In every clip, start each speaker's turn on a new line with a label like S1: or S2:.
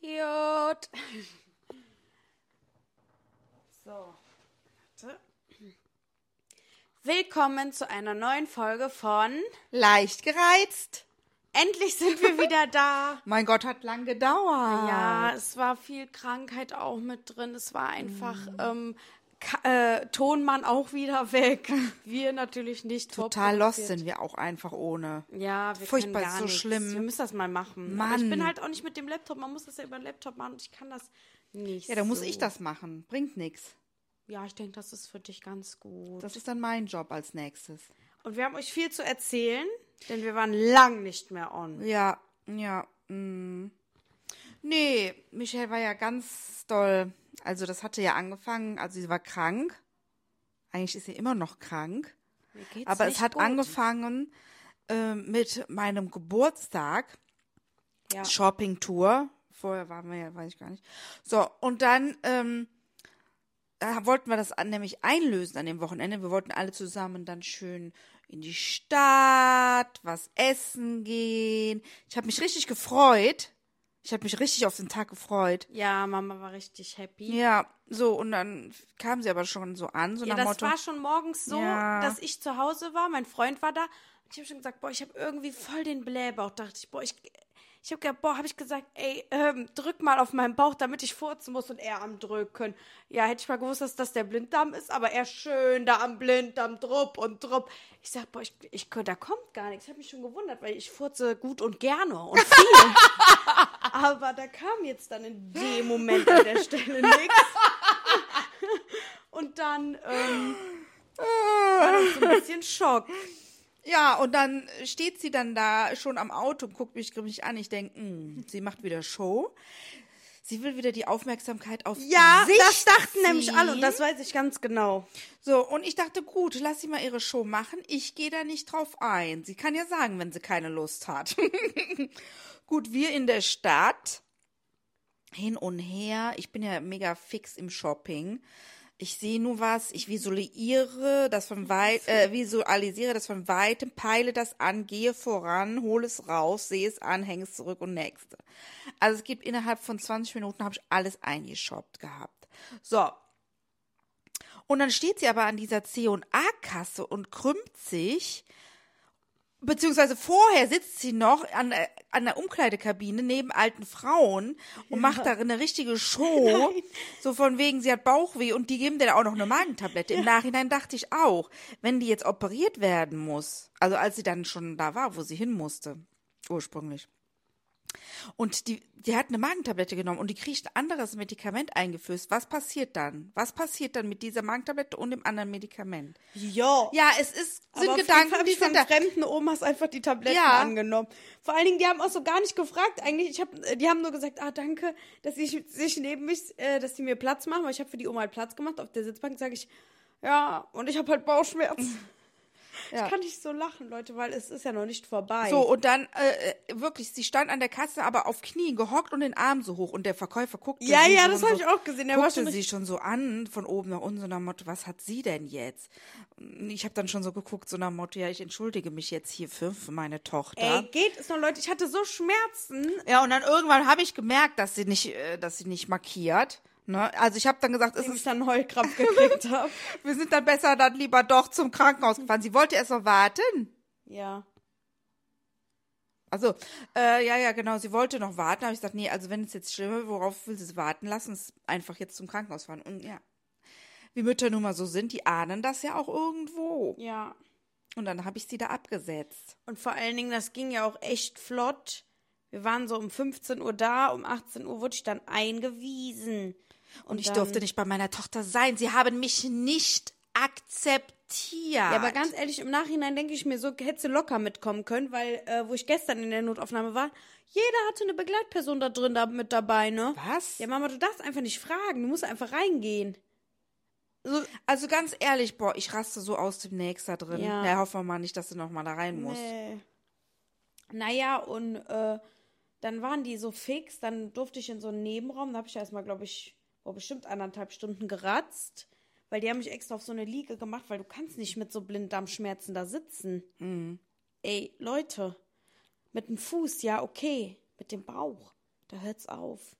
S1: Jod. So. Warte. Willkommen zu einer neuen Folge von
S2: Leicht gereizt.
S1: Endlich sind wir wieder da. Ah.
S2: Mein Gott, hat lang gedauert.
S1: Ja, es war viel Krankheit auch mit drin. Es war einfach ähm, Ka äh, Tonmann auch wieder weg. Wir natürlich nicht. top
S2: Total lost
S1: produziert.
S2: sind wir auch einfach ohne.
S1: Ja, wir
S2: Furchtbar,
S1: können gar
S2: so
S1: nichts.
S2: schlimm.
S1: Wir müssen das mal machen. Aber ich
S2: Mann.
S1: bin halt auch nicht mit dem Laptop. Man muss das ja über den Laptop machen. Ich kann das nicht.
S2: Ja, dann muss
S1: so.
S2: ich das machen. Bringt nichts.
S1: Ja, ich denke, das ist für dich ganz gut.
S2: Das ist dann mein Job als nächstes.
S1: Und wir haben euch viel zu erzählen, denn wir waren lang nicht mehr on.
S2: Ja, ja. mm. Nee, Michelle war ja ganz doll. Also das hatte ja angefangen, also sie war krank. Eigentlich ist sie immer noch krank.
S1: Mir geht's
S2: Aber es
S1: nicht
S2: hat
S1: gut.
S2: angefangen ähm, mit meinem Geburtstag.
S1: Ja.
S2: Shopping-Tour. Vorher waren wir ja, weiß ich gar nicht. So, und dann ähm, da wollten wir das an, nämlich einlösen an dem Wochenende. Wir wollten alle zusammen dann schön in die Stadt, was essen gehen. Ich habe mich richtig gefreut. Ich habe mich richtig auf den Tag gefreut.
S1: ja, Mama war richtig happy.
S2: Ja, so, und dann kam sie aber schon so an, so
S1: Ja,
S2: nach
S1: das
S2: Motto.
S1: war schon morgens so,
S2: Ja.
S1: dass ich zu Hause war, mein Freund war da und ich habe schon gesagt, boah, ich habe irgendwie voll den Blähbauch. Dachte ich, boah, ich, ich habe gesagt, boah, habe ich gesagt, ey, ähm, drück mal auf meinen Bauch, damit ich furzen muss und er am drücken. Ja, hätte ich mal gewusst, dass das der Blinddarm ist, aber er schön da am Blinddarm, drupp und drupp. Ich sag, boah, ich, ich, da kommt gar nichts. Ich habe mich schon gewundert, weil ich furze gut und gerne und viel. aber da kam jetzt dann in dem Moment an der Stelle nichts. Und dann ähm, war das so ein bisschen Schock.
S2: Ja, und dann steht sie dann da schon am Auto und guckt mich grimmig an. Ich denke, sie macht wieder Show. Sie will wieder die Aufmerksamkeit auf sich
S1: das dachten
S2: ziehen.
S1: nämlich alle und das weiß ich ganz genau.
S2: so, und ich dachte, gut, lass sie mal ihre Show machen. Ich gehe da nicht drauf ein. Sie kann ja sagen, wenn sie keine Lust hat. gut, wir in der Stadt. Hin und her. Ich bin ja mega fix im Shopping. Ich sehe nur was, ich visualisiere das von weit, äh, visualisiere das von weitem, peile das an, gehe voran, hole es raus, sehe es an, hänge es zurück und nächste. Also es gibt innerhalb von 20 Minuten habe ich alles eingeshoppt gehabt. So, und dann steht sie aber an dieser C&A-Kasse und krümmt sich. Beziehungsweise vorher sitzt sie noch an, der- an der Umkleidekabine neben alten Frauen und macht darin eine richtige Show. So von wegen, sie hat Bauchweh und die geben dir da auch noch eine Magentablette. Im Nachhinein dachte ich auch, wenn die jetzt operiert werden muss, also als sie dann schon da war, wo sie hin musste, ursprünglich. Und die, die hat eine Magentablette genommen und die kriegt ein anderes Medikament eingeflößt. Was passiert dann? Was passiert dann mit dieser Magentablette und dem anderen Medikament?
S1: Ja.
S2: Ja, es ist, sind
S1: Aber auf jeden Fall
S2: Gedanken,
S1: hab
S2: die
S1: ich von
S2: sind da.
S1: fremden Omas einfach die Tabletten
S2: Ja.
S1: angenommen. Vor allen Dingen, die haben auch so gar nicht gefragt eigentlich. Ich hab, äh, die haben nur gesagt, ah, danke, dass sie sich neben mich, äh, dass sie mir Platz machen, weil ich habe für die Oma halt Platz gemacht. Auf der Sitzbank sage ich, ja, und ich habe halt Bauchschmerzen.
S2: Ja.
S1: Ich kann nicht so lachen, Leute, weil es ist ja noch nicht vorbei.
S2: So, und dann, äh, äh, wirklich, sie stand an der Kasse, aber auf Knien gehockt und den Arm so hoch und der Verkäufer guckte
S1: ja,
S2: sie
S1: ja,
S2: schon
S1: das
S2: so,
S1: habe ich auch gesehen. Der war schon
S2: guckte sie schon so an, von oben nach unten, so nach dem Motto, was hat sie denn jetzt? Ich habe dann schon so geguckt, so nach dem Motto, ja, ich entschuldige mich jetzt hierfür für meine Tochter.
S1: Ey, geht es noch, Leute? Ich hatte so Schmerzen.
S2: Ja, und dann irgendwann habe ich gemerkt, dass sie nicht, äh, dass sie nicht markiert. Ne? Also ich habe dann gesagt, es
S1: Dass ich
S2: ist,
S1: dann einen Heulkrampf gekriegt habe.
S2: wir sind dann besser dann lieber doch zum Krankenhaus gefahren. Sie wollte erst noch warten.
S1: Ja.
S2: Also, äh, ja, ja, genau, sie wollte noch warten. habe ich gesagt, nee, also wenn es jetzt schlimm wird, worauf will sie es warten? Lass uns einfach jetzt zum Krankenhaus fahren. Und ja, wie Mütter nun mal so sind, die ahnen das ja auch irgendwo.
S1: Ja.
S2: Und dann habe ich sie da abgesetzt.
S1: Und vor allen Dingen, das ging ja auch echt flott. Wir waren so um 15 Uhr da, um 18 Uhr wurde ich dann eingewiesen.
S2: Und, ich
S1: dann-
S2: durfte nicht bei meiner Tochter sein. Sie haben mich nicht akzeptiert.
S1: Ja, aber ganz ehrlich, im Nachhinein denke ich mir so, hätte sie locker mitkommen können, weil, äh, wo ich gestern in der Notaufnahme war, jeder hatte eine Begleitperson da drin da, mit dabei, ne?
S2: Was?
S1: Ja, Mama, du darfst einfach nicht fragen, du musst einfach reingehen. So,
S2: Also ganz ehrlich, boah, ich raste so aus demnächst da drin.
S1: Ja.
S2: Ja. hoffen wir mal nicht, dass du nochmal da rein musst.
S1: Nee. Naja, und äh, dann waren die so fix, dann durfte ich in so einen Nebenraum, da habe ich erstmal, glaube ich, oh, bestimmt anderthalb Stunden geratzt, weil die haben mich extra auf so eine Liege gemacht, weil du kannst nicht mit so Blinddarmschmerzen da sitzen. Ey, Leute, mit dem Fuß, ja, okay, mit dem Bauch, da hört's auf.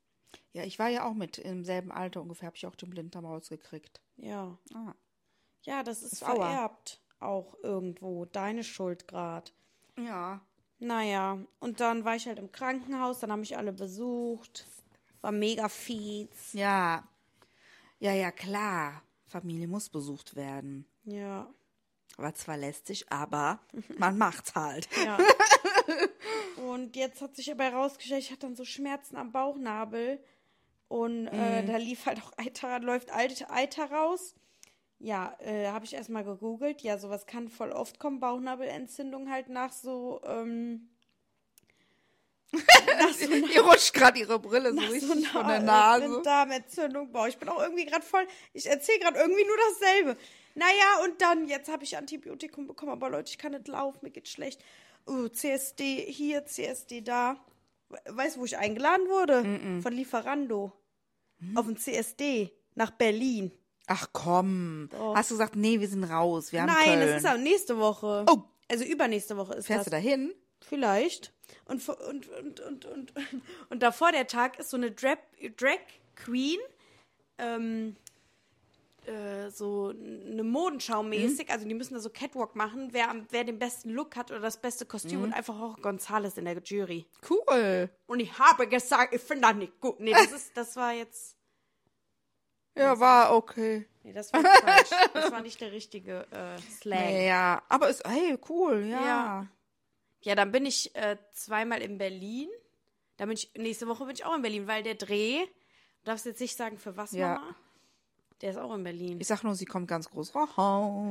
S2: Ja, ich war ja auch mit im selben Alter ungefähr, habe ich auch den Blinddarm gekriegt.
S1: Ja.
S2: Ah.
S1: Ja, das ist
S2: Ist Aua.
S1: vererbt auch irgendwo. Deine Schuld grad.
S2: Ja.
S1: Naja, und dann war ich halt im Krankenhaus, dann haben mich alle besucht. War mega fies.
S2: Ja. Ja, ja, klar. Familie muss besucht werden.
S1: Ja.
S2: War zwar lästig, aber man macht's halt.
S1: Ja. und jetzt hat sich aber herausgestellt, ich hatte dann so Schmerzen am Bauchnabel. Und äh, da lief halt auch Eiter, läuft Alt- Eiter raus. Ja, äh, habe ich erstmal gegoogelt. Ja, sowas kann voll oft kommen. Bauchnabelentzündung halt nach so, ähm,
S2: Ihr rutscht gerade ihre Brille so richtig
S1: so
S2: von der
S1: Na-
S2: Nase.
S1: Blinddarmentzündung. Boah, ich bin auch irgendwie gerade voll. Ich erzähle gerade irgendwie nur dasselbe. Naja, und dann, jetzt habe ich Antibiotikum bekommen, aber Leute, ich kann nicht laufen, mir geht's schlecht. Uh, CSD hier, CSD da. We- Weißt du, wo ich eingeladen wurde? Von Lieferando.
S2: Hm?
S1: Auf dem CSD nach Berlin.
S2: Ach komm. Hast du gesagt, nee, wir sind raus. Wir haben
S1: Nein,
S2: Köln.
S1: das ist aber nächste Woche.
S2: Oh.
S1: Also übernächste Woche ist
S2: Fährst
S1: das.
S2: du dahin?
S1: Vielleicht. Und, vor- und, und, und, und, und davor der Tag ist so eine Drag, Drag Queen, ähm, äh, so eine Modenschau mäßig. Also die müssen da so Catwalk machen, wer, am- wer den besten Look hat oder das beste Kostüm und einfach auch Gonzales in der Jury.
S2: Cool.
S1: Mhm. Und ich habe gesagt, ich finde das nicht gut. Nee, das ist, das war jetzt.
S2: Ja, war okay.
S1: Nee, das war falsch. Das war nicht der richtige äh, Slang.
S2: Ja, aber ist, hey, cool, ja.
S1: Ja. Ja, dann bin ich äh, zweimal in Berlin. Dann bin ich, nächste Woche bin ich auch in Berlin, weil der Dreh, du darfst jetzt nicht sagen, für was,
S2: Ja.
S1: Mama, der ist auch in Berlin.
S2: Ich sag nur, sie kommt ganz groß raus.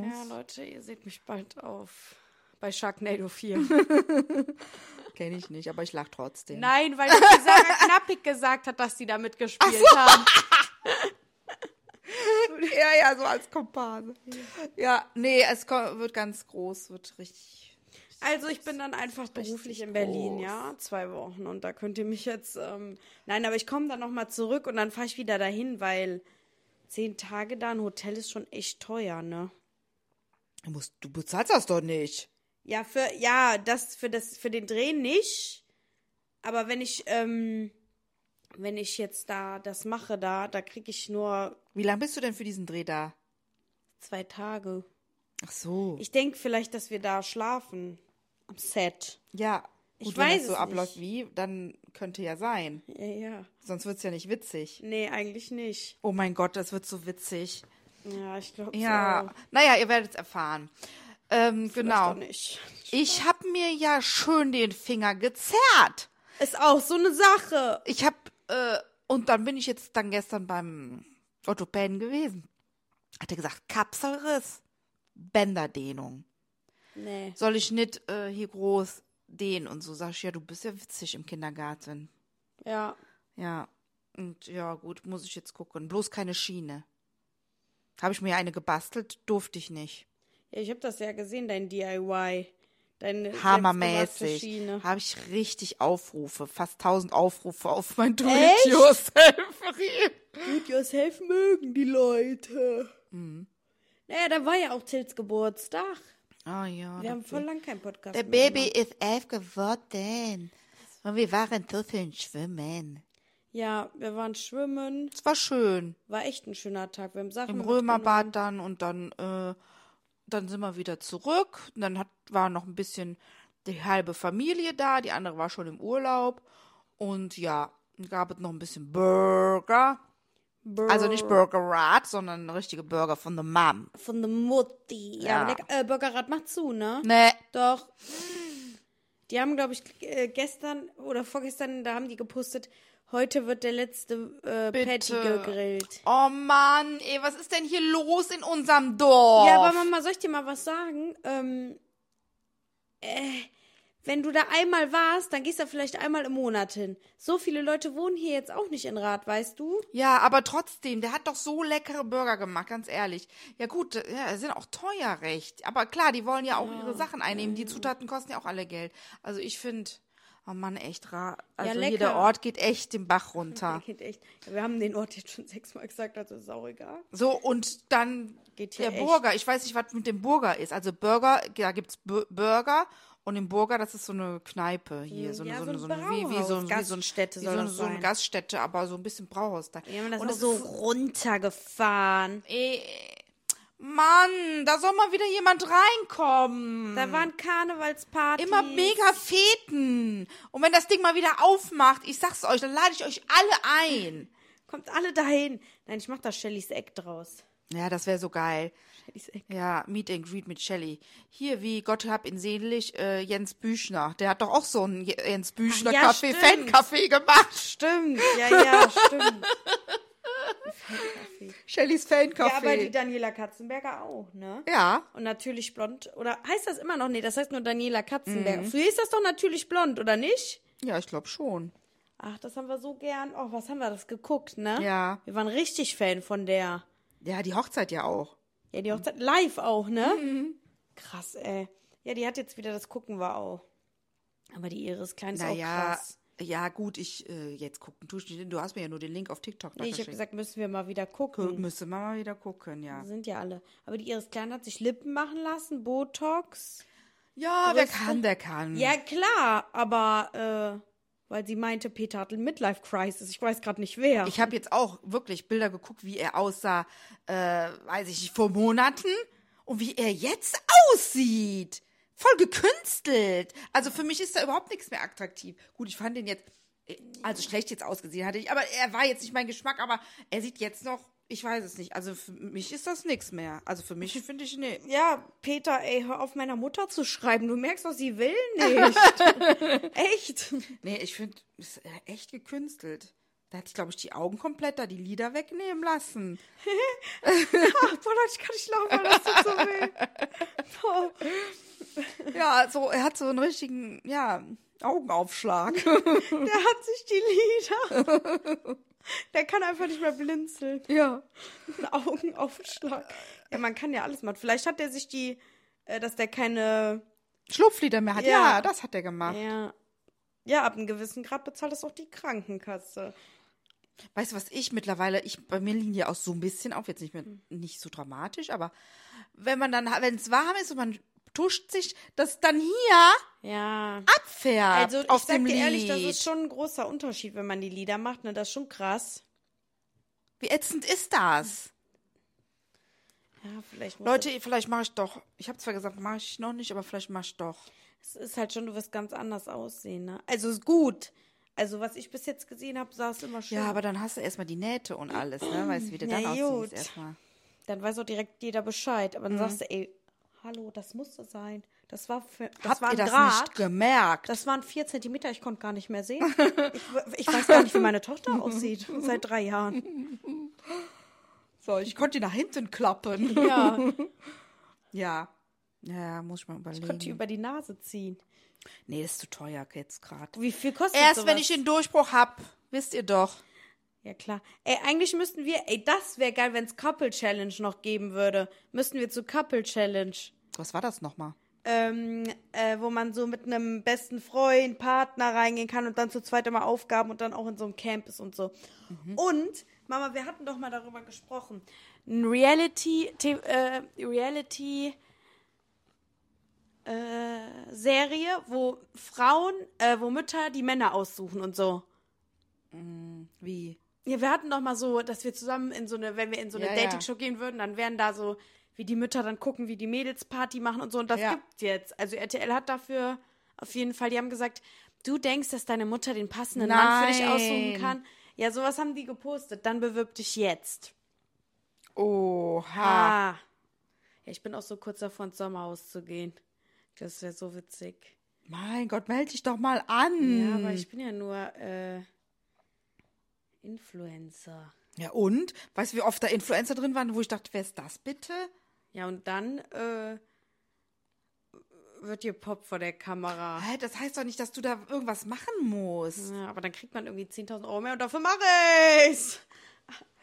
S1: ja, Leute, ihr seht mich bald auf bei Sharknado 4.
S2: Kenn ich nicht, aber ich lach trotzdem.
S1: Nein, weil die Sarah Knappig gesagt hat, dass sie da mitgespielt haben.
S2: Ja, ja, so als Komparse. Ja, nee, es ko- wird ganz groß, wird richtig.
S1: Also ich bin dann einfach beruflich in Berlin,
S2: groß.
S1: ja, zwei Wochen und da könnt ihr mich jetzt, ähm, nein, aber ich komme dann nochmal zurück und dann fahre ich wieder dahin, weil zehn Tage da, ein Hotel ist schon echt teuer, ne?
S2: Du, musst, du bezahlst das doch nicht.
S1: Ja, für, ja, das für das, für den Dreh nicht. Aber wenn ich, ähm, wenn ich jetzt da das mache, da, da kriege ich nur
S2: Wie lange bist du denn für diesen Dreh da?
S1: zwei Tage.
S2: Ach so.
S1: Ich denke vielleicht, dass wir da schlafen. Am Set.
S2: ja.
S1: Ich
S2: wenn
S1: weiß
S2: das so
S1: es
S2: abläuft wie, dann könnte ja sein.
S1: Ja, ja.
S2: Sonst wird's ja nicht witzig.
S1: Nee, eigentlich nicht.
S2: Oh mein Gott, das wird so witzig.
S1: Ja, ich glaube
S2: Ja.
S1: so.
S2: Naja, ihr werdet's erfahren. Ähm, genau.
S1: Vielleicht auch nicht.
S2: Ich hab mir ja schön den Finger gezerrt.
S1: Ist auch so eine Sache.
S2: Ich habe äh, und dann bin ich jetzt dann gestern beim Orthopäden gewesen. Hat er gesagt, Kapselriss, Bänderdehnung.
S1: Nee.
S2: Soll ich nicht äh, hier groß dehnen und so? Sag ich, ja, du bist ja witzig im Kindergarten.
S1: Ja.
S2: Ja. Und ja, gut, muss ich jetzt gucken. Bloß keine Schiene. Habe ich mir eine gebastelt, durfte ich nicht.
S1: ja ich habe das ja gesehen, dein DIY. Deine selbstgemachte
S2: Hammermäßig.
S1: Schiene.
S2: Habe ich richtig Aufrufe, fast 1000 Aufrufe auf mein Do-it-yourself.
S1: Do it yourself mögen die Leute.
S2: Mhm.
S1: Naja, da war ja auch Tils Geburtstag.
S2: Ah ja.
S1: Wir haben
S2: das
S1: voll lang keinen Podcast
S2: Der
S1: mehr
S2: Baby
S1: gemacht.
S2: ist elf geworden. Und wir waren so schön schwimmen.
S1: Ja, wir waren schwimmen.
S2: Es war schön.
S1: War echt ein schöner Tag. Wir haben Sachen
S2: Im
S1: mitgenommen.
S2: Römerbad dann und dann, äh, dann sind wir wieder zurück. Und dann hat, war noch ein bisschen die halbe Familie da, die andere war schon im Urlaub. Und ja, dann gab es noch ein bisschen Burger.
S1: Brrr.
S2: Also nicht Burgerrat, sondern richtige Burger von der Mom.
S1: Von der Mutti. Ja,
S2: Ja.
S1: aber lecker. Äh, Burgerrad macht zu, ne?
S2: Ne,
S1: Doch. Die haben, glaube ich, äh, gestern oder vorgestern, da haben die gepostet, heute wird der letzte äh, Patty
S2: Bitte.
S1: gegrillt.
S2: oh Mann, ey, was ist denn hier los in unserem Dorf?
S1: Ja, aber Mama, soll ich dir mal was sagen? Ähm, äh, wenn du da einmal warst, dann gehst du da vielleicht einmal im Monat hin. So viele Leute wohnen hier jetzt auch nicht in Rath, weißt du?
S2: Ja, aber trotzdem, der hat doch so leckere Burger gemacht, ganz ehrlich. Ja gut, ja, sind auch teuer recht. Aber klar, die wollen ja auch ihre Sachen einnehmen. Die Zutaten kosten ja auch alle Geld. Also ich finde, oh Mann, echt rar. Also hier der
S1: lecker.
S2: Ort geht echt den Bach runter.
S1: Geht echt. Ja, wir haben den Ort jetzt schon sechsmal gesagt, also ist auch egal.
S2: So, und dann
S1: Geht hier
S2: der
S1: echt.
S2: Burger. Ich weiß nicht, was mit dem Burger ist. Also Burger, da gibt's Bu- Burger Und im Burger, das ist so eine Kneipe hier,
S1: Hm,
S2: so eine,
S1: ja,
S2: so
S1: so
S2: eine,
S1: ein
S2: so eine wie, wie so ein,
S1: Brauhaus,
S2: wie so ein
S1: Gaststätte
S2: wie
S1: soll
S2: so, eine-
S1: das
S2: so eine
S1: sein.
S2: Gaststätte, aber so ein bisschen Brauhaus da.
S1: Ja, man das
S2: Und
S1: ist auch so runtergefahren.
S2: Ey, Mann, da soll mal wieder jemand reinkommen.
S1: Da waren Karnevalspartys.
S2: Immer mega Feten. Und wenn das Ding mal wieder aufmacht, ich sag's euch, dann lade ich euch alle ein.
S1: Kommt alle dahin. Nein, ich mach da Shellys Eck draus.
S2: Ja, das wäre so geil.
S1: Shellys Eck.
S2: Ja, Meet and Greet mit Shelley. Hier, wie Gott hab ihn selig, äh, Jens Büchner. Der hat doch auch so einen Je- Jens Büchner
S1: ja,
S2: Kaffee,
S1: stimmt.
S2: Fan-Kaffee gemacht.
S1: Stimmt, ja, ja, stimmt.
S2: Shellys
S1: Ja, aber die
S2: Fan-Kaffee.
S1: Daniela Katzenberger auch, ne?
S2: Ja,
S1: Und natürlich blond. Oder heißt das immer noch? Nee, das heißt nur Daniela
S2: Mhm.
S1: Katzenberger. Früher hieß das doch natürlich blond, oder nicht?
S2: ja, ich glaube schon.
S1: Ach, das haben wir so gern. Oh, was haben wir das geguckt, ne?
S2: Ja.
S1: Wir waren richtig Fan von der.
S2: Ja, die Hochzeit ja auch.
S1: Ja, die Hochzeit live auch, ne?
S2: Mhm,
S1: Krass, ey. Ja, die hat jetzt wieder das gucken wir auch. Aber die Iris Klein ist auch
S2: Naja,
S1: krass.
S2: ja, gut, ich, äh, jetzt gucken. Du, du hast mir ja nur den Link auf TikTok da
S1: Nee, ich hm. habe
S2: geschickt.
S1: gesagt, müssen wir mal wieder gucken.
S2: Müsste man mal wieder gucken, ja.
S1: Das sind ja alle. Aber die Iris Klein hat sich Lippen machen lassen, Botox.
S2: Ja, wer
S1: Brüste.
S2: kann, der kann.
S1: Ja, klar, aber äh, weil sie meinte, Peter hat einen Midlife-Crisis. Ich weiß gerade nicht wer.
S2: Ich habe jetzt auch wirklich Bilder geguckt, wie er aussah, äh, weiß ich nicht, vor Monaten und wie er jetzt aussieht. Voll gekünstelt. Also für mich ist da überhaupt nichts mehr attraktiv. Gut, ich fand den jetzt, also schlecht jetzt ausgesehen hatte ich, aber er war jetzt nicht mein Geschmack, aber er sieht jetzt noch, ich weiß es nicht. Also für mich ist das nichts mehr. Also für mich finde ich, nee.
S1: ja, Peter, ey, hör auf, meiner Mutter zu schreiben. Du merkst doch, sie will nicht. Echt?
S2: Nee, ich finde, ist äh, echt gekünstelt. Da hätte ich, glaube ich, die Augen komplett da die Lider wegnehmen lassen.
S1: Ach, boah, Leute, ich kann nicht lachen, weil das tut so weh. Boah.
S2: Ja, so, er hat so einen richtigen, ja, Augenaufschlag.
S1: Der hat sich die Lieder. Der kann einfach nicht mehr blinzeln.
S2: Ja.
S1: Ein Augenaufschlag. Ja, man kann ja alles machen. Vielleicht hat er sich die, äh, dass der keine.
S2: Schlupflieder mehr hat. Ja,
S1: Ja.
S2: das hat er gemacht.
S1: Ja. Ja, ab einem gewissen Grad bezahlt das auch die Krankenkasse.
S2: Weißt du, was ich mittlerweile, ich, bei mir liegen die auch so ein bisschen auf, jetzt nicht mehr, nicht so dramatisch, aber wenn man dann, wenn es warm ist und man tuscht sich, das dann hier
S1: Ja.
S2: abfährt
S1: Also, ich
S2: auf
S1: sag
S2: dem
S1: dir
S2: Lied.
S1: ehrlich, das ist schon ein großer Unterschied, wenn man die Lieder macht. Ne? Das ist schon krass.
S2: Wie ätzend ist das?
S1: Ja, vielleicht muss
S2: Leute, vielleicht mache ich doch, ich habe zwar gesagt, mache ich noch nicht, aber vielleicht mache ich doch.
S1: Es ist halt schon, du wirst ganz anders aussehen. Ne? Also, ist gut. Also, was ich bis jetzt gesehen habe, sah es immer schön.
S2: Ja, aber dann hast du erstmal die Nähte und alles, ne? Weißt du, wie du
S1: Na
S2: dann aussiehst
S1: gut.
S2: erstmal.
S1: Dann weiß auch direkt jeder Bescheid. Aber dann sagst du, ey, hallo, das musste sein. Das war, für, das
S2: Habt
S1: war ein
S2: ihr das
S1: Draht.
S2: nicht gemerkt?
S1: Das waren vier Zentimeter, ich konnte gar nicht mehr sehen. Ich, ich weiß gar nicht, wie meine Tochter aussieht seit drei Jahren.
S2: So, ich konnte die nach hinten klappen.
S1: Ja,
S2: Ja. Ja, muss ich mal
S1: ich konnte die
S2: überlegen.
S1: über die Nase ziehen.
S2: nee, ist zu teuer jetzt gerade.
S1: Wie viel kostet
S2: Erst
S1: sowas?
S2: wenn ich den Durchbruch hab, wisst ihr doch.
S1: Ja, klar. Ey, eigentlich müssten wir, ey, das wäre geil, wenn es Couple Challenge noch geben würde. Müssten wir zu Couple Challenge.
S2: Was war das nochmal?
S1: Ähm, äh, wo man so mit einem besten Freund, Partner reingehen kann und dann zu zweit immer Aufgaben und dann auch in so einem Camp ist und so. Und, Mama, wir hatten doch mal darüber gesprochen. Ein Reality, T- äh, Reality, äh, Serie, wo Frauen, äh, wo Mütter die Männer aussuchen und so.
S2: Wie?
S1: Ja, wir hatten doch mal so, dass wir zusammen in so eine, wenn wir in so eine
S2: Ja, ja.
S1: Dating-Show gehen würden, dann wären da so, wie die Mütter dann gucken, wie die Mädels Party machen und so. Und das
S2: Ja.
S1: gibt's jetzt. Also RTL hat dafür auf jeden Fall, die haben gesagt, du denkst, dass deine Mutter den passenden Mann für dich aussuchen
S2: Nein.
S1: kann. Ja, sowas haben die gepostet. Dann bewirb dich jetzt.
S2: Oha.
S1: Ah. Ja, ich bin auch so kurz davor, ins Sommerhaus zu gehen. Das wäre so witzig.
S2: Mein Gott, melde dich doch mal an.
S1: Ja, aber ich bin ja nur äh, Influencer.
S2: Ja, und? Weißt du, wie oft da Influencer drin waren, wo ich dachte, wer ist das bitte?
S1: Ja, und dann äh, wird ihr Pop vor der Kamera.
S2: Ah, Hä, Das heißt doch nicht, dass du da irgendwas machen musst.
S1: Ja, aber dann kriegt man irgendwie 10.000 Euro mehr und dafür mache ich's.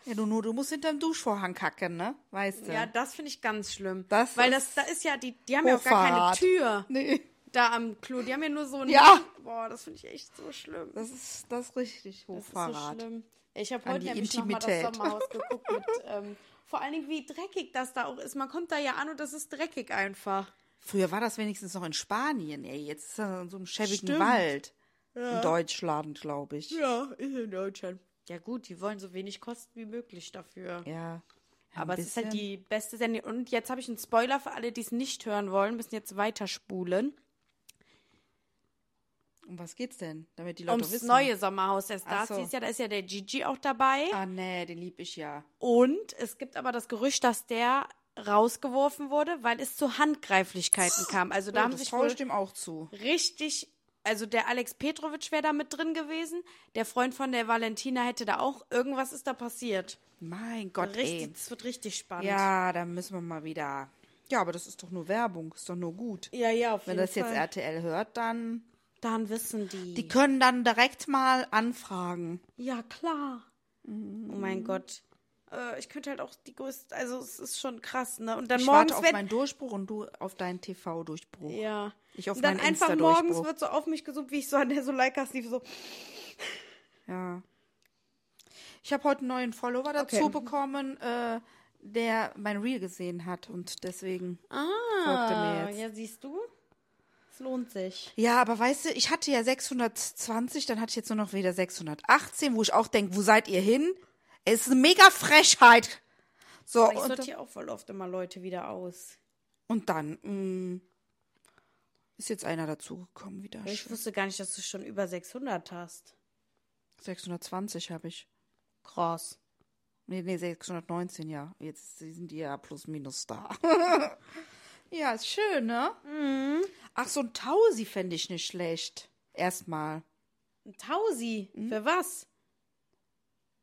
S2: Ja, du nur, du musst hinterm Duschvorhang kacken, ne? Weißt du?
S1: Ja, das finde ich ganz schlimm.
S2: Das
S1: Weil
S2: ist
S1: das, da ist ja, die, die haben ja auch gar keine
S2: Hochverrat.
S1: Tür
S2: Nee.
S1: da am Klo. Die haben ja nur so ein.
S2: Ja.
S1: Boah, das finde ich echt so schlimm.
S2: Das ist, das ist richtig
S1: Das ist so
S2: Hochverrat.
S1: schlimm. Ich habe
S2: An
S1: heute
S2: die
S1: nämlich nochmal das
S2: Intimität.
S1: Sommerhaus geguckt. Mit, ähm, vor allen Dingen, wie dreckig das da auch ist. Man kommt da ja an und das ist dreckig einfach.
S2: Früher war das wenigstens noch in Spanien, ey. Jetzt ist das in so einem schäbigen
S1: Stimmt.
S2: Wald.
S1: Ja.
S2: In Deutschland, glaube ich.
S1: Ja, ist in Deutschland. Ja gut, die wollen so wenig kosten wie möglich dafür.
S2: Ja.
S1: Aber es ist halt
S2: bisschen.
S1: die beste Sendung. Und jetzt habe ich einen Spoiler für alle, die es nicht hören wollen, müssen jetzt weiterspulen.
S2: Um was geht's denn? Damit die Leute
S1: Ums
S2: wissen.
S1: neue Sommerhaus der Stars
S2: so.
S1: dieses Jahr, da ist ja der Gigi auch dabei.
S2: Ah, nee, den lieb ich ja.
S1: Und es gibt aber das Gerücht, dass der rausgeworfen wurde, weil es zu Handgreiflichkeiten kam. Also da haben
S2: Oh, das
S1: sich
S2: traue
S1: wohl
S2: ich dem auch zu.
S1: richtig, also der Alex Petrovic wäre da mit drin gewesen, der Freund von der Valentina hätte da auch, irgendwas ist da passiert.
S2: Mein Gott,
S1: Richtig,
S2: ey.
S1: es wird richtig spannend.
S2: Ja, da müssen wir mal wieder. Ja, aber das ist doch nur Werbung, ist doch nur gut.
S1: ja, ja auf
S2: Wenn
S1: jeden
S2: das jetzt
S1: Fall.
S2: RTL hört, dann.
S1: Dann wissen die.
S2: Die können dann direkt mal anfragen.
S1: Ja, klar.
S2: Mhm.
S1: Oh mein Gott. Äh, ich könnte halt auch die größte, also es ist schon krass, ne? Und dann
S2: Ich
S1: morgens
S2: warte auf
S1: wenn-
S2: meinen Durchbruch und du auf deinen TV-Durchbruch.
S1: ja.
S2: Ich auf
S1: Und dann
S2: meinen
S1: einfach morgens
S2: Insta-Durchbruch.
S1: wird so auf mich gesucht, wie ich so an der Soleikas lief, so.
S2: Ja. Ich habe heute einen neuen Follower dazu
S1: Okay.
S2: bekommen, äh, der mein Reel gesehen hat und deswegen.
S1: Ah,
S2: mir jetzt.
S1: ja, siehst du? Es lohnt sich.
S2: Ja, aber weißt du, ich hatte ja 620, dann hatte ich jetzt nur noch wieder 618, wo ich auch denke, wo seid ihr hin? Es ist eine mega Frechheit. So,
S1: Ich
S2: Oh, und,
S1: sortiere auch voll oft immer Leute wieder aus.
S2: und dann mh, ist jetzt einer dazugekommen wieder.
S1: Ich wusste gar nicht, dass du schon über 600 hast.
S2: 620 habe ich.
S1: Krass.
S2: Nee, nee, 619, ja. Jetzt sind die ja plus minus da. ja, ist schön, ne?
S1: Mhm.
S2: Ach, so ein Tausi fände ich nicht schlecht. Erstmal.
S1: Ein Tausi.
S2: Hm?
S1: Für was?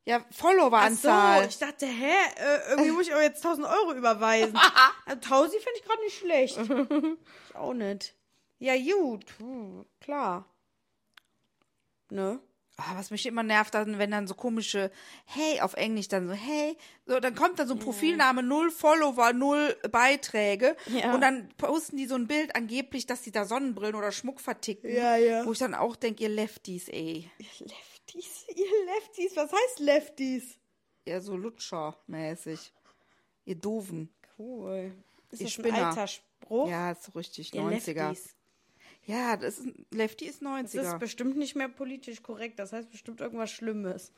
S2: Ja,
S1: Ach so,
S2: Followeranzahl.
S1: ich dachte, hä? Äh, irgendwie muss ich aber jetzt 1000 Euro überweisen. Also, 1000 finde ich gerade nicht schlecht. ich auch nicht. Ja, gut. Hm, klar. Ne?
S2: Ah, was mich immer nervt, dann, wenn dann so komische, hey, auf Englisch dann so, hey, so, dann kommt
S1: Mhm.
S2: dann so ein Profilname, null Follower, null Beiträge.
S1: Ja.
S2: Und dann posten die so ein Bild angeblich, dass die da Sonnenbrillen oder Schmuck verticken.
S1: Ja, ja.
S2: Wo ich dann auch denke, ihr Lefties, ey.
S1: Lefties, ihr Lefties. Was heißt Lefties?
S2: Ja, so Lutscher-mäßig. Ihr Doofen.
S1: Cool. Ist
S2: Ihr
S1: das ein
S2: Spinner.
S1: alter Spruch?
S2: Ja, ist so richtig
S1: Ihr
S2: 90er.
S1: Lefties.
S2: Ja, das ist, Lefty ist
S1: Das ist
S2: 90er.
S1: bestimmt nicht mehr politisch korrekt. Das heißt bestimmt irgendwas Schlimmes.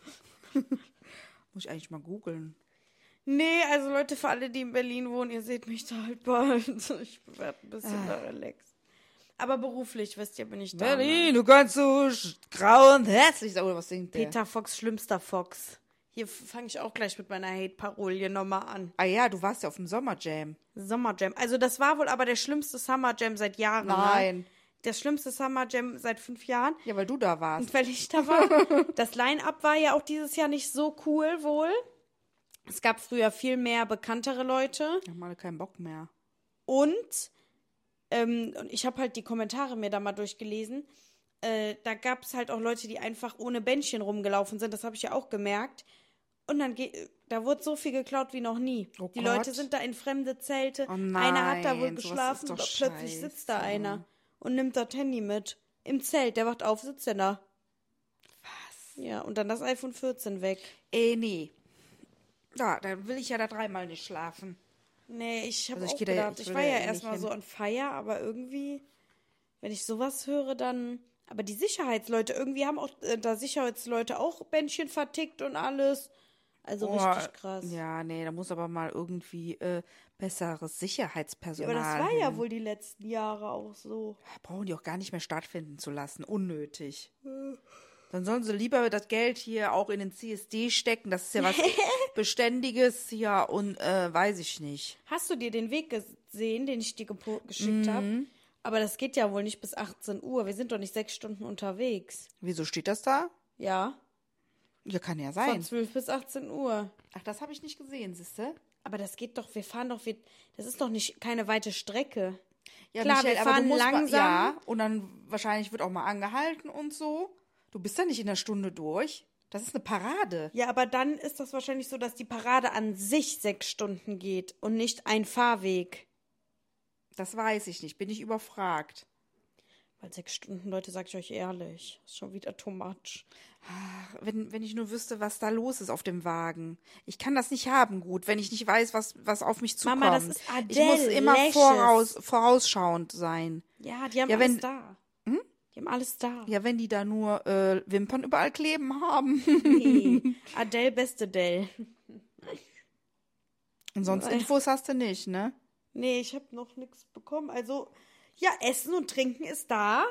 S2: Muss ich eigentlich mal googeln.
S1: Nee, also Leute, für alle, die in Berlin wohnen, ihr seht mich da halt bald. Ich werde ein bisschen da relaxed. Aber beruflich, wisst ihr, bin ich da. ne?
S2: du kannst so grau und hässlich sein. Oder was singt der?
S1: Peter Fox, schlimmster Fox. Hier fange ich auch gleich mit meiner Hate-Parolie nochmal an.
S2: Ah ja, du warst ja auf dem Sommerjam.
S1: Sommerjam. Also das war wohl aber der schlimmste Summerjam seit Jahren. Ne?
S2: Nein.
S1: Das schlimmste Summerjam seit fünf Jahren.
S2: Ja, weil du da warst.
S1: Und weil ich da war, das Line-Up war ja auch dieses Jahr nicht so cool wohl. Es gab früher viel mehr bekanntere Leute.
S2: Ich hab mal keinen Bock mehr.
S1: Und, ähm, und ich habe halt die Kommentare mir da mal durchgelesen. Äh, da gab es halt auch Leute, die einfach ohne Bändchen rumgelaufen sind. Das habe ich ja auch gemerkt. Und dann ge da wurde so viel geklaut wie noch nie.
S2: Oh
S1: die
S2: Gott.
S1: Leute sind da in fremde Zelte.
S2: Oh
S1: einer hat da wohl
S2: nein, sowas ist
S1: geschlafen
S2: doch
S1: und plötzlich sitzt da
S2: scheiße.
S1: einer und nimmt das Handy mit. Im Zelt, der wacht auf, sitzt denn da. Was? Ja, und dann das iPhone 14 weg.
S2: Ey, nee. Ja, dann will ich ja da dreimal nicht schlafen.
S1: Nee, ich habe
S2: Also ich
S1: auch
S2: geh da ja-
S1: gedacht, ich
S2: ich will
S1: war
S2: da
S1: ja
S2: eh nicht
S1: erstmal
S2: hin.
S1: so on fire, aber irgendwie, wenn ich sowas höre, dann. Aber die Sicherheitsleute, irgendwie haben auch äh, da Sicherheitsleute auch Bändchen vertickt und alles. Also richtig krass.
S2: Oh. Ja, nee, da muss aber mal irgendwie äh, besseres Sicherheitspersonal.
S1: Aber das war ja
S2: hin.
S1: wohl die letzten Jahre auch so.
S2: brauchen die auch gar nicht mehr stattfinden zu lassen. Unnötig. Dann sollen sie lieber das Geld hier auch in den CSD stecken. Das ist ja was Beständiges ja und äh, weiß ich nicht.
S1: Hast du dir den Weg gesehen, den ich dir gepo- geschickt habe?
S2: Mhm.
S1: Aber das geht ja wohl nicht bis 18 Uhr. Wir sind doch nicht sechs Stunden unterwegs.
S2: Wieso steht das da?
S1: Ja,
S2: Ja, kann ja
S1: von
S2: sein.
S1: 12 bis 18 Uhr.
S2: Ach, das habe ich nicht gesehen, siehste?
S1: Aber das geht doch, wir fahren doch, wir, das ist doch nicht keine weite Strecke.
S2: Ja,
S1: Klar,
S2: Michelle,
S1: wir
S2: aber
S1: fahren
S2: du musst mal-
S1: langsam.
S2: ja, und dann wahrscheinlich wird auch mal angehalten und so. Du bist ja nicht in der Stunde durch. Das ist eine Parade.
S1: Ja, aber dann ist das wahrscheinlich so, dass die Parade an sich sechs Stunden geht und nicht ein Fahrweg.
S2: Das weiß ich nicht. Bin ich überfragt.
S1: Weil sechs Stunden, Leute, sag ich euch ehrlich, ist schon wieder too much.
S2: Wenn, wenn ich nur wüsste, was da los ist auf dem Wagen. Ich kann das nicht haben gut, wenn ich nicht weiß, was, was auf mich zukommt.
S1: Mama, das ist
S2: ich muss
S1: Adele,
S2: immer
S1: Lashes.
S2: voraus, vorausschauend sein.
S1: Ja, Hm? die haben
S2: Ja,
S1: alles
S2: wenn-
S1: da. Die haben alles da.
S2: Ja, wenn die da nur äh, Wimpern überall kleben haben.
S1: Nee. Adele, beste Dell.
S2: Und sonst Infos hast du nicht, ne?
S1: Nee, ich habe noch nichts bekommen. Also, ja, Essen und Trinken ist da.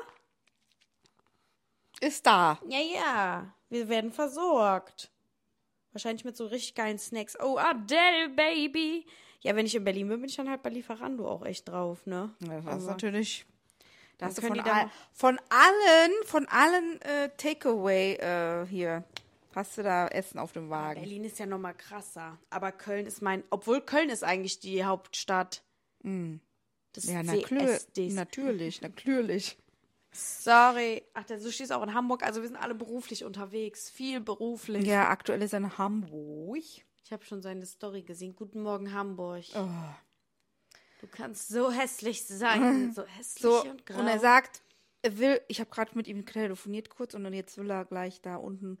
S2: Ist da.
S1: Ja, ja. Wir werden versorgt. Wahrscheinlich mit so richtig geilen Snacks. Oh, Adele, Baby. Ja, wenn ich in Berlin bin, bin ich dann halt bei Lieferando auch echt drauf, ne?
S2: Ja, das
S1: Aber-
S2: ist natürlich. Da
S1: Dann
S2: hast du
S1: können
S2: von,
S1: die da
S2: all,
S1: mal-
S2: von allen, von allen äh, Takeaway äh, hier. Hast du da Essen auf dem Wagen?
S1: Berlin ist ja nochmal krasser. Aber Köln ist mein. Obwohl Köln ist eigentlich die Hauptstadt. Des
S2: Mhm. Ja, na klö-
S1: CSDs.
S2: natürlich, natürlich.
S1: Sorry. Ach, der Sushi ist auch in Hamburg. Also, wir sind alle beruflich unterwegs. Viel beruflich.
S2: Ja, aktuell ist er in Hamburg.
S1: Ich habe schon seine Story gesehen. Guten Morgen, Hamburg.
S2: Oh.
S1: Du kannst so hässlich sein. So hässlich
S2: So,
S1: und
S2: und,
S1: grau.
S2: er sagt, er will, ich habe gerade mit ihm telefoniert kurz und dann jetzt will er gleich da unten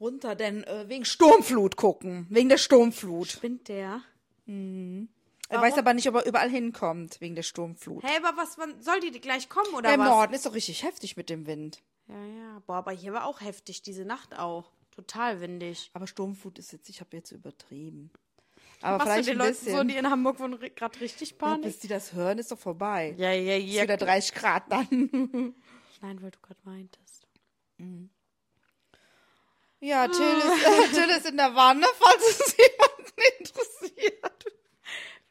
S2: runter, denn äh, wegen Sturmflut gucken, wegen der Sturmflut.
S1: Spinnt der?
S2: Er weiß aber nicht, ob er überall hinkommt, wegen der Sturmflut.
S1: Hey, aber was, wann, soll die gleich kommen oder
S2: Der
S1: was?
S2: Norden ist doch richtig heftig mit dem Wind.
S1: Ja, ja. Boah, aber hier war auch heftig, diese Nacht auch. Total windig.
S2: Aber Sturmflut ist jetzt, ich habe jetzt übertrieben. Aber
S1: Machst du
S2: vielleicht
S1: den
S2: ein
S1: Leuten
S2: bisschen.
S1: so, die in Hamburg wohnen, gerade richtig
S2: ja,
S1: Panik?
S2: bis die das hören, ist doch vorbei.
S1: Ja, ja,
S2: Ist wieder 30 Grad dann.
S1: Nein, weil du gerade meintest.
S2: Ja, Till ist, Till ist in der Wanne, falls es jemanden interessiert.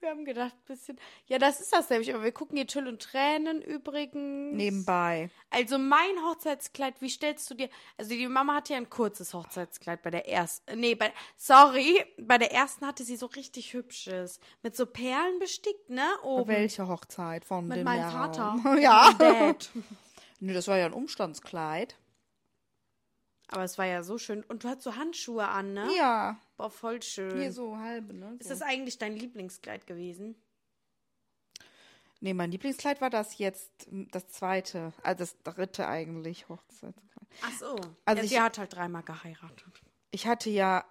S1: Wir haben gedacht, ein bisschen. Ja, das ist das nämlich. Aber wir gucken hier Tüll und Tränen übrigens.
S2: Nebenbei.
S1: Also mein Hochzeitskleid, wie stellst du dir? Also die Mama hatte ja ein kurzes Hochzeitskleid bei der ersten. Nee, bei sorry, bei der ersten hatte sie so richtig hübsches mit so Perlen bestickt, ne?
S2: Bei
S1: Oben.
S2: welcher Hochzeit? Von
S1: Mit
S2: dem
S1: meinem
S2: Lehrer?
S1: Vater.
S2: Ja.
S1: Dad.
S2: Nö, das war ja ein Umstandskleid.
S1: Aber es war ja so schön und du hattest so Handschuhe an, ne?
S2: Ja.
S1: Boah, voll schön.
S2: Hier so halbe, ne?
S1: Ist
S2: So.
S1: das eigentlich dein Lieblingskleid gewesen?
S2: Nee, mein Lieblingskleid war das jetzt, m, das zweite, also das dritte eigentlich, Hochzeitskleid.
S1: Ach so.
S2: Also
S1: ja,
S2: ich-
S1: sie hat halt dreimal geheiratet.
S2: Ich hatte ja,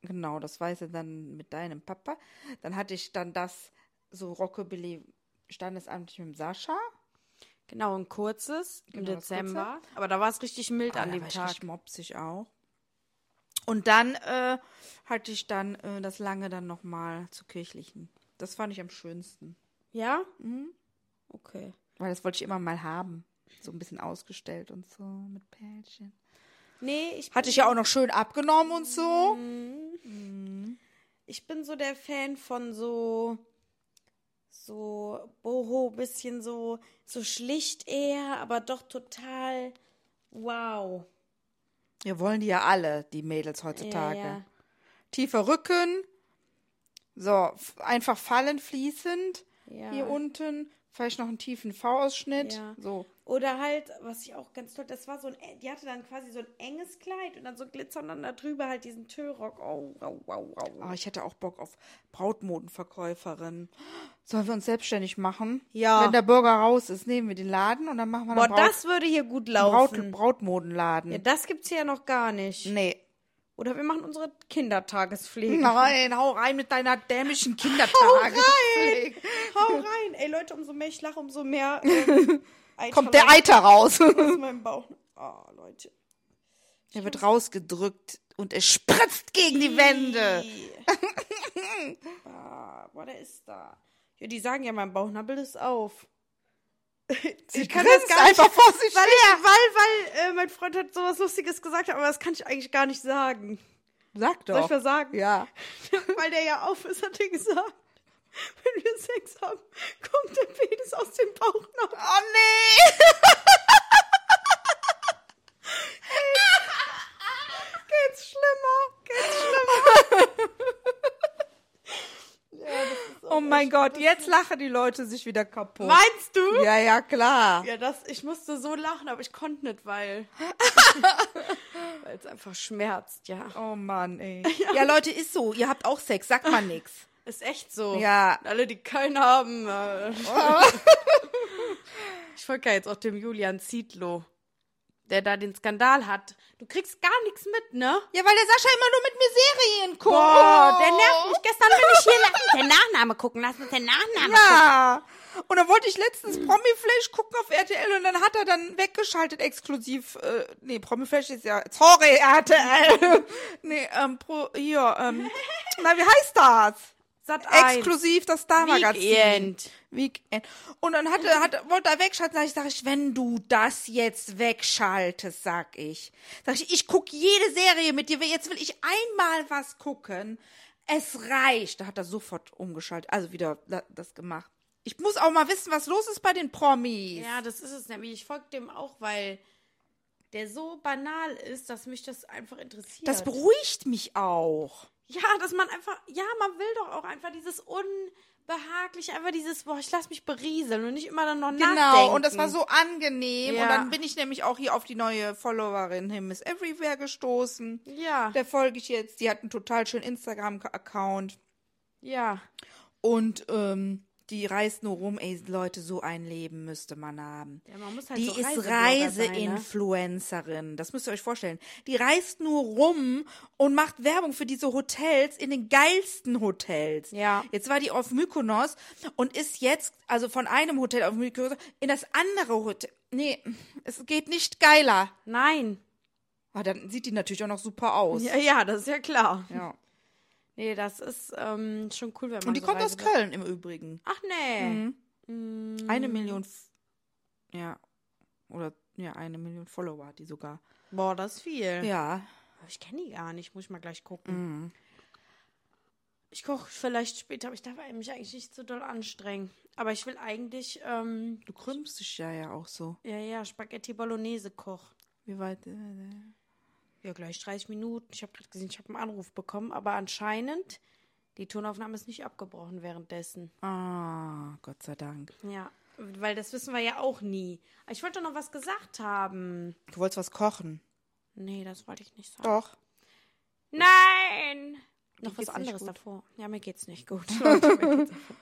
S2: genau, das weiß er dann mit deinem Papa. Dann hatte ich dann das, so Rockabilly standesamtlich mit dem Sascha.
S1: Genau, ein kurzes im
S2: Genau, das
S1: Dezember. Aber da war es richtig mild
S2: Ah,
S1: an
S2: da
S1: dem
S2: war ich
S1: Tag.
S2: richtig mopsig auch. Und dann äh, hatte ich dann äh, das lange dann nochmal zu kirchlichen. Das fand ich am schönsten.
S1: Ja?
S2: Mhm.
S1: Okay.
S2: Weil das wollte ich immer mal haben. So ein bisschen ausgestellt und so mit Pärchen.
S1: Nee, ich
S2: Hatte ich ja auch noch schön abgenommen und so.
S1: ich bin so der Fan von so so boho bisschen so so schlicht eher, aber doch total wow.
S2: Ja, wollen die ja alle, die Mädels
S1: Ja,
S2: heutzutage.
S1: ja.
S2: Tiefer Rücken. So, f- einfach fallen fließend.
S1: Ja.
S2: Hier unten. Vielleicht noch einen tiefen V-Ausschnitt.
S1: Ja.
S2: So.
S1: Oder halt, was ich auch ganz toll, das war so ein, die hatte dann quasi so ein enges Kleid und dann so Glitzer und dann da drüber halt diesen Tüllrock. Oh, wow, wow, wow.
S2: Oh, ich hätte auch Bock auf Brautmodenverkäuferin. Sollen wir uns selbstständig machen?
S1: Ja.
S2: Wenn der Burger raus ist, nehmen wir den Laden und dann machen wir
S1: Boah,
S2: einen Braut
S1: das würde hier gut
S2: Braut
S1: laufen.
S2: Brautmodenladen.
S1: ja, das gibt's hier ja noch gar nicht.
S2: Nee.
S1: Oder wir machen unsere Kindertagespflege.
S2: Nein, hau rein mit deiner dämlichen Kindertagespflege.
S1: Hau rein. Ey, Leute, umso mehr ich lache, umso mehr ähm, Eiter
S2: Kommt der
S1: läuft
S2: Eiter raus.
S1: aus meinem Bauch. Ah, Leute.
S2: Er wird rausgedrückt und er spritzt gegen die Wände.
S1: Ih. ah, boah, der ist da. Ja, die sagen ja, mein Bauchnabel ist auf.
S2: Sie
S1: kann
S2: grinst
S1: das gar nicht-
S2: einfach vor sich
S1: Weil,
S2: her.
S1: ich, weil, weil äh, mein Freund hat sowas Lustiges gesagt, aber das kann ich eigentlich gar nicht sagen.
S2: Sag doch.
S1: Soll ich mal sagen?
S2: Ja.
S1: weil der ja auf ist, hat er gesagt. Wenn wir Sex haben, kommt der Penis aus dem Bauchnabel.
S2: Oh nee.
S1: Geht's schlimmer? Geht's schlimmer? ja, das ist
S2: Oh mein Gott, jetzt lachen die Leute sich wieder kaputt.
S1: Meinst du?
S2: Ja, ja, klar.
S1: Ja, das, ich musste so lachen, aber ich konnte nicht, weil weil es einfach schmerzt, ja.
S2: Oh Mann, ey. Ja, Leute, ist so. Ihr habt auch Sex, sagt man nix.
S1: Ist echt so.
S2: Ja. Oh.
S1: Alle, die keinen haben. Äh, Ich folge ja jetzt auch dem Julian Zietlow, der da den Skandal hat. Du kriegst gar nichts mit, ne?
S2: Ja, weil der Sascha immer nur mit mir Serien guckt. Oh.
S1: Boah, der nervt mich. Gestern bin ich hier. La- den Nachname gucken, lass uns den Nachname
S2: Ja. Und dann wollte ich letztens Promiflash gucken auf RTL und dann hat er dann weggeschaltet exklusiv. Äh, nee, Promiflash ist ja. Sorry, RTL. nee, ähm, pro, hier, ähm. Na, wie heißt das?
S1: Sat
S2: Exklusiv das Star-Magazin.
S1: Weekend.
S2: Weekend. Und dann hatte, hat, wollte er wegschalten, sag ich, sag ich, wenn du das jetzt wegschaltest, sag ich. Sag ich, ich guck jede Serie mit dir, jetzt will ich einmal was gucken. Es reicht. Da hat er sofort umgeschaltet, also wieder da- das gemacht. Ich muss auch mal wissen, was los ist bei den Promis.
S1: Ja, das ist es nämlich. Ich folge dem auch, weil der so banal ist, dass mich das einfach interessiert.
S2: Das beruhigt mich auch.
S1: Ja, dass man einfach, ja, man will doch auch einfach dieses unbehagliche, einfach dieses, boah, ich lass mich berieseln und nicht immer dann noch nachdenken.
S2: Genau, und das war so angenehm.
S1: Ja.
S2: Und dann bin ich nämlich auch hier auf die neue Followerin Him is Everywhere gestoßen.
S1: Ja,
S2: Der folge ich jetzt. Die hat einen total schönen Instagram-Account.
S1: ja.
S2: Und ähm, die reist nur rum. Ey, Leute, so ein Leben müsste man haben.
S1: Ja, man muss halt
S2: die
S1: so ne?
S2: ist
S1: Reiseblogger sein, ne?
S2: Reiseinfluencerin. Das müsst ihr euch vorstellen. Die reist nur rum und macht Werbung für diese Hotels in den geilsten Hotels.
S1: Ja.
S2: Jetzt war die auf Mykonos und ist jetzt, also von einem Hotel auf Mykonos, in das andere Hotel. Nee, es geht nicht geiler.
S1: Nein.
S2: Aber dann sieht die natürlich auch noch super aus.
S1: Ja, ja, das ist ja klar.
S2: ja.
S1: Nee, das ist ähm, schon cool, wenn man
S2: Und die
S1: so
S2: kommt aus
S1: Reiseblo-
S2: Köln im Übrigen.
S1: Ach nee.
S2: Äh, Mhm.
S1: Mm.
S2: Eine Million, F- ja, oder ja, eine Million Follower hat die sogar.
S1: Boah, das ist viel.
S2: Ja.
S1: Aber Ich kenne die gar nicht, muss ich mal gleich gucken.
S2: Mhm.
S1: Ich koche vielleicht später, aber ich darf mich eigentlich nicht so doll anstrengen. Aber ich will eigentlich, ähm,
S2: Du krümmst dich ja ja auch so.
S1: ja, ja, Spaghetti Bolognese kochen.
S2: Wie weit? äh, äh,
S1: Ja, gleich 30 Minuten. Ich habe gerade gesehen, ich habe einen Anruf bekommen, aber anscheinend, die Tonaufnahme ist nicht abgebrochen währenddessen.
S2: Ah, Gott sei Dank.
S1: Ja, weil das wissen wir ja auch nie. Aber Ich wollte doch noch was gesagt haben.
S2: Du wolltest was kochen.
S1: Nee, das wollte ich nicht sagen.
S2: Doch.
S1: Nein! Noch was
S2: geht's nicht
S1: anderes
S2: gut.
S1: davor. Ja, mir geht's nicht gut. Leute, mir geht's nicht gut.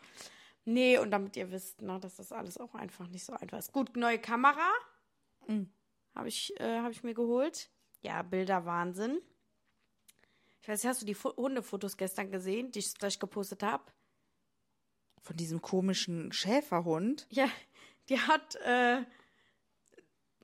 S1: nee, und damit ihr wisst, ne, dass das alles auch einfach nicht so einfach ist. Gut, neue Kamera. Mhm. Habe ich, äh, hab ich mir geholt. Ja, Bilder Wahnsinn. Ich weiß, nicht, hast du die Fu- Hundefotos gestern gesehen, die ich gleich gepostet habe?
S2: Von diesem komischen Schäferhund.
S1: Ja, die hat äh,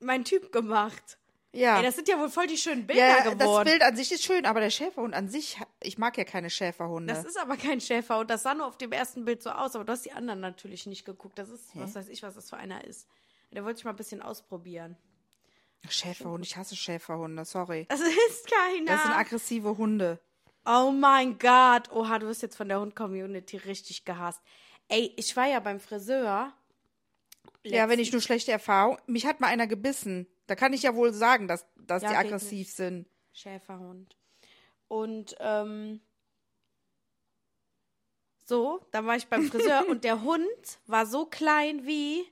S1: mein Typ gemacht.
S2: Ja.
S1: Ey, das sind ja wohl voll die schönen Bilder
S2: ja,
S1: geworden.
S2: das Bild an sich ist schön, aber der Schäferhund an sich, ha- ich mag ja keine Schäferhunde.
S1: Das ist aber kein Schäfer und das sah nur auf dem ersten Bild so aus, aber du hast die anderen natürlich nicht geguckt. Das ist, was weiß ich, was das für einer ist. Der wollte ich mal ein bisschen ausprobieren.
S2: Schäferhund, ich hasse Schäferhunde, sorry.
S1: Das ist keiner.
S2: Das sind aggressive Hunde.
S1: oh mein Gott. Oha, du wirst jetzt von der Hund-Community richtig gehasst. Ey, ich war ja beim Friseur.
S2: Ja, wenn ich nur schlechte Erfahrung. Mich hat mal einer gebissen. Da kann ich ja wohl sagen, dass, dass
S1: Ja,
S2: die
S1: geht
S2: aggressiv sind.
S1: Schäferhund. Und ähm, so, dann war ich beim Friseur und der Hund war so klein wie.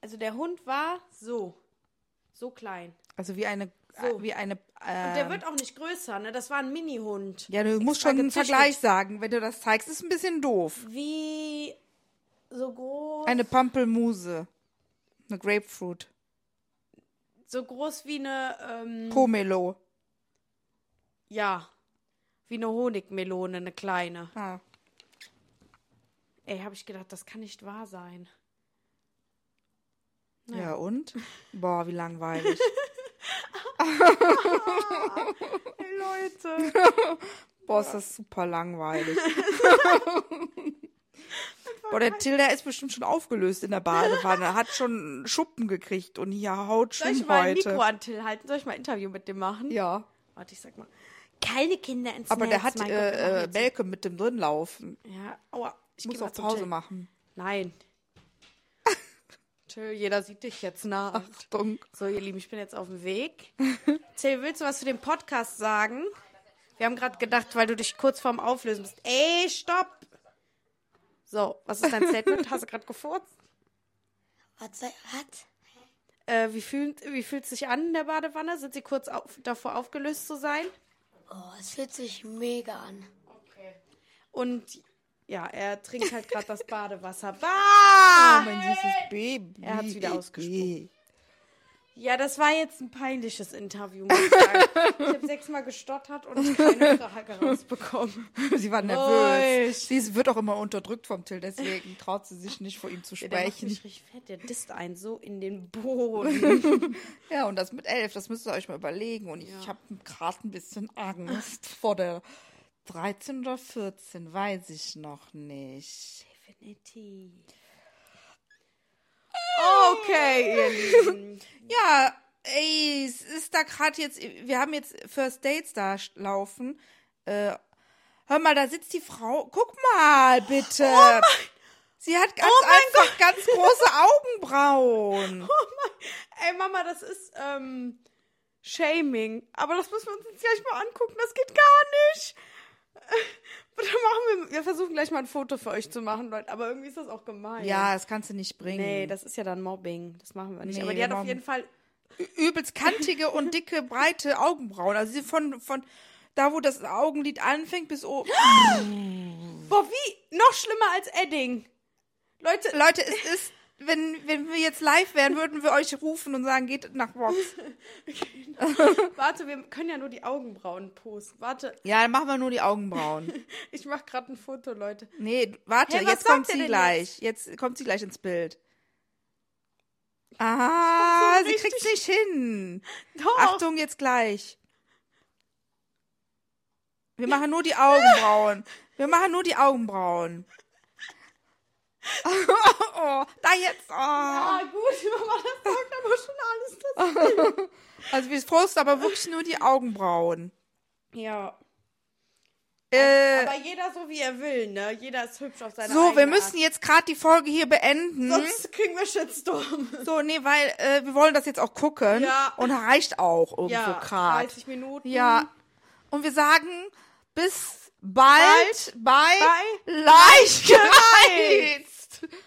S1: Also der Hund war so. So klein.
S2: Also wie eine,
S1: So.
S2: wie eine.
S1: Und
S2: ähm,
S1: der wird auch nicht größer, ne? Das war ein Mini-Hund.
S2: ja, du musst
S1: extra
S2: schon einen
S1: gezüchtet.
S2: Vergleich sagen. Wenn du das zeigst, ist ein bisschen doof.
S1: Wie so groß.
S2: Eine Pampelmuse. Eine Grapefruit.
S1: so groß wie eine. Ähm,
S2: Pomelo.
S1: ja. Wie eine Honigmelone, eine kleine.
S2: Ah.
S1: Ey, habe ich gedacht, das kann nicht wahr sein.
S2: Ja. und? Boah, wie langweilig.
S1: Hey, Leute.
S2: Boah, ist das super langweilig. Boah, der Tilda ist bestimmt schon aufgelöst in der Badewanne. Hat schon Schuppen gekriegt und hier Haut
S1: Soll ich
S2: schon
S1: mal ein Mikro
S2: heute.
S1: an Till halten? Soll ich mal ein Interview mit dem machen?
S2: Ja.
S1: Warte, ich sag mal. Keine Kinder ins
S2: Aber der
S1: Netz,
S2: hat
S1: mein Gott, wir machen
S2: äh, äh,
S1: jetzt-
S2: Belke mit dem drin laufen.
S1: Ja, aua. Ich
S2: muss
S1: geh mal
S2: auch
S1: zum
S2: Pause
S1: Till.
S2: machen.
S1: Nein. Till, jeder sieht dich jetzt nach.
S2: Achtung.
S1: So, ihr Lieben, ich bin jetzt auf dem Weg. Till, willst du was zu dem Podcast sagen? Wir haben gerade gedacht, weil du dich kurz vorm Auflösen bist. Ey, stopp! So, was ist dein Statement? Hast du gerade gefurzt?
S3: Was soll, was?
S1: Äh, wie fühlt wie fühlt's sich an in der Badewanne? Sind sie kurz auf, davor aufgelöst zu sein?
S3: Oh, es fühlt sich mega an.
S1: Und Ja, er trinkt halt gerade das Badewasser.
S2: Oh,
S1: Bah!
S2: mein süßes Baby.
S1: Ah. Er hat's wieder ausgespuckt.
S2: ausgespuckt.
S1: Ja, das war jetzt ein peinliches Interview, muss ich sagen. Ich habe sechsmal gestottert und keine Frage rausbekommen.
S2: Sie war nervös.
S1: Ruhig.
S2: Sie ist- wird auch immer unterdrückt vom Till, deswegen traut sie sich nicht, vor ihm zu
S1: Ja, Der macht
S2: sprechen.
S1: mich richtig fett. Der disst einen so in den Boden.
S2: Ja, und das mit elf, das müsst ihr euch mal überlegen. Und ich habe gerade ein bisschen Angst vor der 13 oder 14, weiß ich noch nicht.
S1: Definitiv. Okay, ihr Lieben.
S2: Ja, ey, es ist da gerade jetzt, wir haben jetzt First Dates da sch- laufen. Äh, hör mal, da sitzt die Frau. Guck mal, bitte. Sie hat ganz einfach ganz große Augenbrauen.
S1: Ey, Mama, das ist ähm, Shaming. Aber das müssen wir uns jetzt gleich mal angucken. Das geht gar nicht. Äh, Dann machen wir, wir versuchen gleich mal ein Foto für euch zu machen, Leute. Aber irgendwie ist das auch gemein.
S2: Ja, das kannst du nicht bringen.
S1: Nee, das ist ja dann Mobbing. Das machen wir nicht.
S2: Nee,
S1: Aber die
S2: wir
S1: hat auf
S2: mobben.
S1: jeden Fall.
S2: übelst kantige und dicke, breite Augenbrauen. Also sie von, von da, wo das Augenlid anfängt, bis oben.
S1: Boah, wie? Noch schlimmer als Edding. Leute,
S2: Leute, es ist, wenn, wenn wir jetzt live wären, würden wir euch rufen und sagen, geht nach Box.
S1: warte, wir können ja nur die Augenbrauen posten. Warte,
S2: Ja, dann machen wir nur die Augenbrauen.
S1: ich mach gerade ein Foto, Leute.
S2: Nee, warte,
S1: Hä, was
S2: jetzt
S1: sagt
S2: kommt
S1: er
S2: sie
S1: denn
S2: gleich. Jetzt? kommt sie gleich ins Bild. Ah,
S1: So Oh.
S2: sie kriegt's nicht hin.
S1: Doch.
S2: Achtung, jetzt gleich. Wir machen nur die Augenbrauen. Wir machen nur die Augenbrauen. oh, da jetzt. Oh.
S1: Ah, gut, Mama, das sagt aber schon alles. Das
S2: Also wir frost aber wirklich nur die Augenbrauen.
S1: ja.
S2: Äh,
S1: Aber jeder so, wie er will, ne? Jeder ist hübsch auf seine
S2: so, wir
S1: eigene
S2: müssen
S1: Art.
S2: jetzt gerade die Folge hier beenden.
S1: Sonst kriegen wir Shitstorm.
S2: So, nee, weil äh, wir wollen das jetzt auch gucken.
S1: Ja.
S2: Und reicht auch irgendwo
S1: Ja,
S2: gerade.
S1: 30 Minuten.
S2: Ja. Und wir sagen bis bald, bei,
S1: Bei
S2: Leicht gereizt.